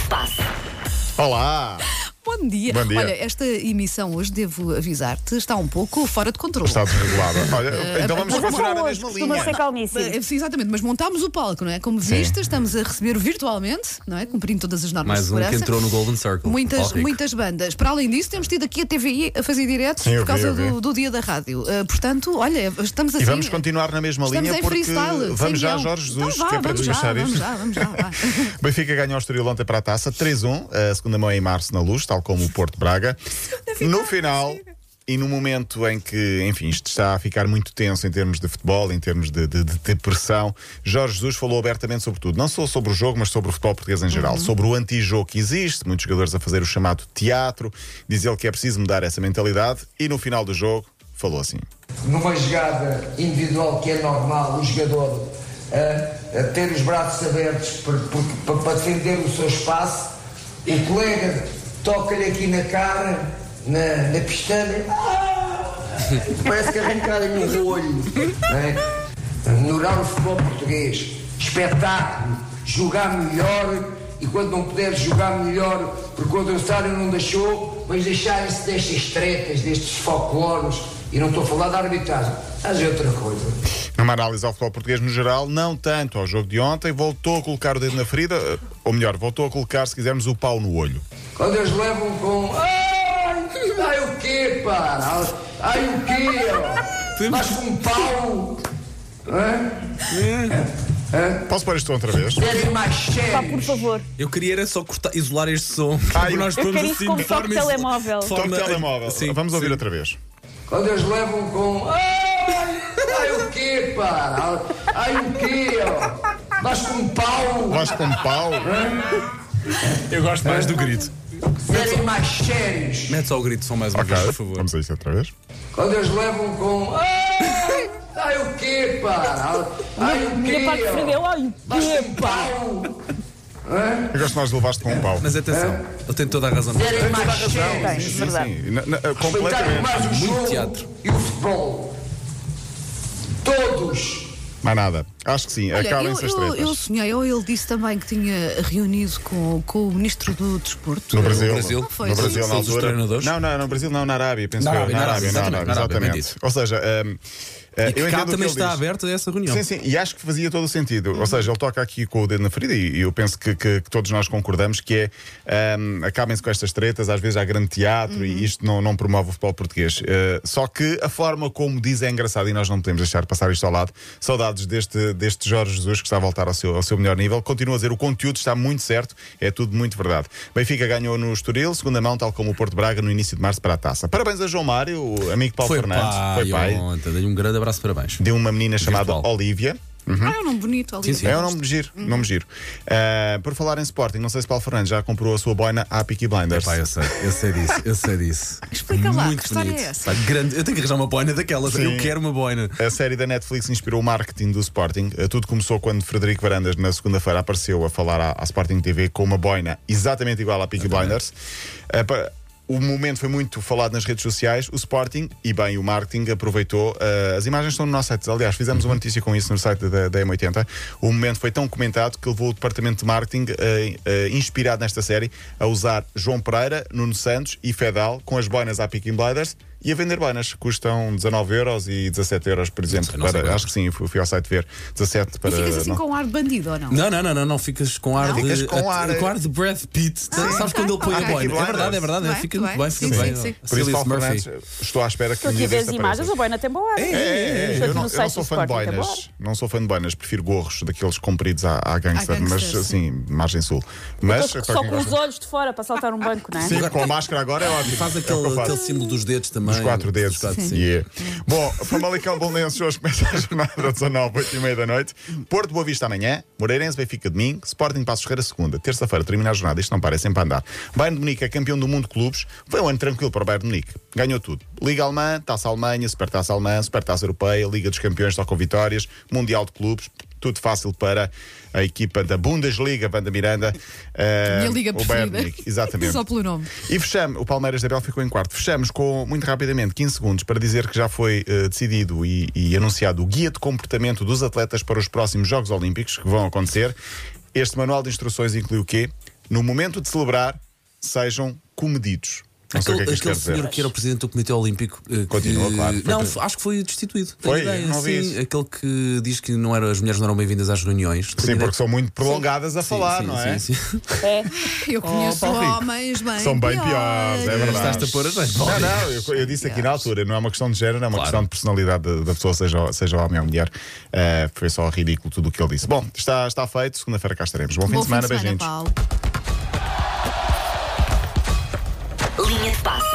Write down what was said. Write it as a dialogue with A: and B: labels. A: se passa.
B: Olá!
C: Bom dia.
B: Bom dia.
C: Olha, esta emissão hoje, devo avisar-te, está um pouco fora de controle.
B: Está desregulada. Olha, então vamos
C: Eh, mas
B: continuar
C: como
B: na
C: hoje,
B: mesma
C: costuma
B: linha.
C: ser
A: calmíssimo.
C: Eh, sim, Exatamente, mas montámos o palco, não é? Como viste, estamos a receber virtualmente, não é? Cumprindo todas as normas de
D: Mais um
C: segurança.
D: que entrou no Golden Circle.
C: Muitas,
D: Paulo Rico.
C: muitas bandas. Para além disso, temos tido aqui a TVI a fazer diretos
B: Sim, eu
C: por
B: vi,
C: causa
B: eu vi.
C: do, do dia da rádio. Eh, portanto, olha, estamos assim.
B: E vamos continuar na mesma
C: Estamos
B: linha
C: em
B: porque
C: freestyle. sem
B: vamos já a
C: guião.
B: Jorge Jesus,
C: então, vá,
B: que é para
C: vamos já,
B: desmanchar
C: vamos
B: isto.
C: já, vamos já, vá.
B: Benfica ganhou ao Estoril ontem para a taça 3-1, a segunda mão é em março na luz, tal como o Porto Braga. No final. E no momento em que, enfim, isto está a ficar muito tenso em termos de futebol, em termos de, de, de depressão, Jorge Jesus falou abertamente sobre tudo. Não só sobre o jogo, mas sobre o futebol português em geral. Sobre o anti-jogo que existe, muitos jogadores a fazer o chamado teatro. Diz ele que é preciso mudar essa mentalidade. E no final do jogo, falou assim.
E: numa jogada individual que é normal o jogador ah, ah, ter os braços abertos por- por- pa- para defender o seu espaço, o colega toca-lhe aqui na cara, na, na pistana, Ah! parece que arrancaram-lhe um olho. Não é? Ignorar o futebol português, espetáculo, jogar melhor e quando não puder jogar melhor porque o adversário não deixou, mas deixarem-se destas tretas, destes folcloros, e não estou a falar da arbitragem, mas é outra coisa.
B: Numa análise ao futebol português no geral, não tanto ao jogo de ontem, voltou a colocar o dedo na ferida, eh, ou melhor, voltou a colocar, se quisermos, o pau no olho.
E: Quando eles levam com. Ai, ai o quê, pá? Ai o quê? ó? Mas com um pau. Hã?
B: Posso pôr isto outra vez?
E: Devem mais
A: Pá, por
E: sérios.
A: favor.
D: Eu queria era só cortar, isolar este som.
B: Ai, Ah, eu-
D: nós
A: Eu
D: estamos
A: quero isso
D: assim
A: como
D: de
A: toque
D: forma
A: de telemóvel.
D: isolada.
B: Toque
D: Forma-
B: telemóvel.
D: Sim,
B: Vamos ouvir
D: sim.
B: outra vez.
E: Quando eles levam com. Ai, ai o quê, pá? Ai o quê? ó? Mas com um pau.
B: Gosto como pau.
D: Eu gosto mais do grito.
E: Devem mais sérios.
D: Mete só o grito só mais uma
B: Ok,
D: vez, por favor.
B: vamos a isto outra vez.
E: Quando eles levam com. Ai, ai o quê, pá? Ai o
A: Minha parte
E: quê?
A: perdeu.
E: ó?
A: Olha,
E: Mas
A: que
E: com um pau.
B: Eu gosto de nós de levaste com um pau.
D: Mas atenção, ele tem toda a razão.
B: É,
E: Devem mais sérios.
A: Tem,
C: É
A: verdade.
B: Sim, na- na- eh,
E: respeitarem
B: completamente.
E: mais o
D: Muito
E: jogo
D: teatro.
E: e o futebol. Todos.
B: Mais nada. Acho que sim,
C: Olha,
B: acabem-se as
C: eu, eu, eu
B: tretas.
C: sonhei, ou ele disse também que tinha reunido com, com o ministro do Desporto.
B: No Brasil.
D: No Brasil.
B: No
C: Foi,
B: Brasil,
C: sim,
B: na
D: sim. Dos
B: altura.
D: treinadores?
B: Não, não, no Brasil, não, na Arábia, penso
D: Na
B: eu.
D: Arábia,
B: Na
D: na
B: Arábia,
D: Arábia,
B: na Arábia,
D: exatamente, na Arábia, bem
B: exatamente.
D: dito.
B: Ou seja, ehm, eh,
D: E que
B: eu entendo o
D: cá
B: que
D: também
B: ele
D: está
B: diz.
D: aberta essa reunião.
B: Sim, sim, e acho que fazia todo o sentido.
D: Uhum.
B: Ou seja, ele toca aqui com o dedo na ferida e e eu penso que, que- que todos nós concordamos que é hum, acabem-se com estas tretas, às vezes há grande teatro
D: Uhum.
B: e isto não, não promove o futebol português. Eh, só que a forma como diz é engraçada e nós não podemos deixar passar isto ao lado. Saudades deste, deste Jorge Jesus que está a voltar ao seu, ao seu melhor nível. Continua a dizer, o conteúdo está muito certo, é tudo muito verdade. Benfica ganhou no Estoril, segunda mão, tal como o Porto Braga, no início de março para a taça. Parabéns a João Mário, o amigo de Paulo
D: Foi
B: Fernandes. foi pai.
D: pai ontem. Dei um grande abraço, parabéns.
B: De uma menina chamada
D: Virtual.
B: Olivia.
C: Ah, é um nome bonito ali.
D: Sim, Uhum. sim.
B: É um nome giro, nome giro. Uh, por falar em Sporting, não sei se Paulo Fernandes já comprou a sua boina à Peaky Blinders.
D: É Pá, eu sei, eu sei disso, eu sei disso.
C: Explica lá,
D: Muito
C: que história
D: bonito.
C: é essa?
D: Pá, grande. Eu tenho que arranjar uma boina daquelas.
B: Sim.
D: Eu quero uma boina.
B: A série da Netflix inspirou o marketing do Sporting. Uh, Tudo começou quando Frederico Varandas, na segunda-feira, apareceu a falar à, à Sporting TV com uma boina exatamente igual à Peaky Blinders. Uh, pa- o momento foi muito falado nas redes sociais. O Sporting, e bem, o marketing aproveitou. uh, as imagens estão no nosso site. Aliás, fizemos
D: Uhum.
B: uma notícia com isso no site da, da M80. O momento foi tão comentado que levou o departamento de marketing, uh, uh, inspirado nesta série, a usar João Pereira, Nuno Santos e Fedal com as boinas à Peaky Blinders e a vender boinas, que custam 19 euros e 17 euros, por exemplo.
D: sei, não sei
B: para-
D: quantos.
B: acho que sim, fui, fui ao site ver. 17 para.
C: E ficas assim
B: não.
C: com um ar de bandido ou não?
D: Não, não, não, não, não ficas com ar de.
B: Ficas com ar- é.
D: com ar de Brad Pitt. Sabes quando ele põe
B: ok.
D: a boina?
B: Peaky
D: É verdade, é verdade.
C: Blinders.
D: Fica
C: Muito
D: muito
C: bem.
D: bem,
C: Sim,
D: fica muito bem.
C: sim, sim.
B: Por
D: A
B: isso,
D: Cecily
B: Paulo
D: Murphy.
B: Fernandes, estou à espera que
A: Estou
B: um
A: aqui a
B: dia
A: ver as
B: deste apareça.
A: imagens, a boina tem boa.
B: É, é, é, eu não, eu não
A: sei
B: sou fã de boinas, não sou fã de boinas, prefiro gorros daqueles compridos à, à gangster,
C: À
B: mas
C: gangster,
B: assim, margem sul. Mas para
A: Só
B: quem
A: com os
B: gosta-
A: olhos de fora para saltar um banco, não é?
B: Sim, com a máscara agora é ótimo.
D: Faz
B: É o que eu
D: aquele,
B: faço.
D: aquele símbolo dos dedos também.
B: Os quatro dedos.
D: Dos quatro, sim.
B: Yeah. Bom, Famalicão Bolonenses hoje começa a jornada 19, 8 e meia da noite. Porto Boa Vista amanhã, Moreirense Benfica domingo, Sporting Passos Ferreira segunda, terça-feira termina a jornada, isto não para, é sempre a andar. Bayern de Munique é campeão do mundo de clubes, foi um ano tranquilo para o Bayern de Munique, ganhou tudo. Liga Alemã, Taça Alemanha, Supertaça Alemã, Supertaça Europeia, Liga dos Campeões só com vitórias, Mundial de Clubes, tudo fácil para a equipa da Bundesliga, Banda Miranda. eh,
C: Minha liga
B: o Bayern de
C: preferida.
B: Munique, exatamente.
C: Só pelo nome.
B: E fechamos, o Palmeiras da Bel ficou em quarto. Fechamos com, muito rapidamente, 15 segundos, para dizer que já foi eh, decidido e, e anunciado o guia de comportamento dos atletas para os próximos Jogos Olímpicos que vão acontecer. Este manual de instruções inclui o quê? no momento de celebrar, sejam comedidos. Não sei o que é que
D: Aquele,
B: isto quer
D: aquele
B: dizer.
D: senhor que era o presidente do Comitê Olímpico. eh, que-
B: Continua, claro. Foi
D: Não,
B: preso.
D: acho que foi destituído. Tenho
B: Foi?
D: ideia,
B: Não vi
D: sim.
B: isso.
D: Aquele que diz que não era, as mulheres não eram bem-vindas às reuniões. Tenho
B: Sim,
D: ideia-
B: porque são muito prolongadas a
D: Sim,
B: falar,
D: sim,
B: não é?
D: Sim, sim.
A: É.
C: Eu conheço
D: Paulo Rico.
C: homens bem.
B: Oh, São bem piores, é verdade.
D: Estás-te a pôr a jeito.
B: Não, não, eu, eu disse aqui na altura, não é uma questão de género, é uma questão de personalidade da, da pessoa, seja, seja homem ou mulher. Eh, foi só ridículo tudo o que ele disse. Bom, está, está feito, segunda-feira cá estaremos. Bom,
C: Bom
B: fim de semana, beijinhos.
C: Paulo.
F: Linha de passe.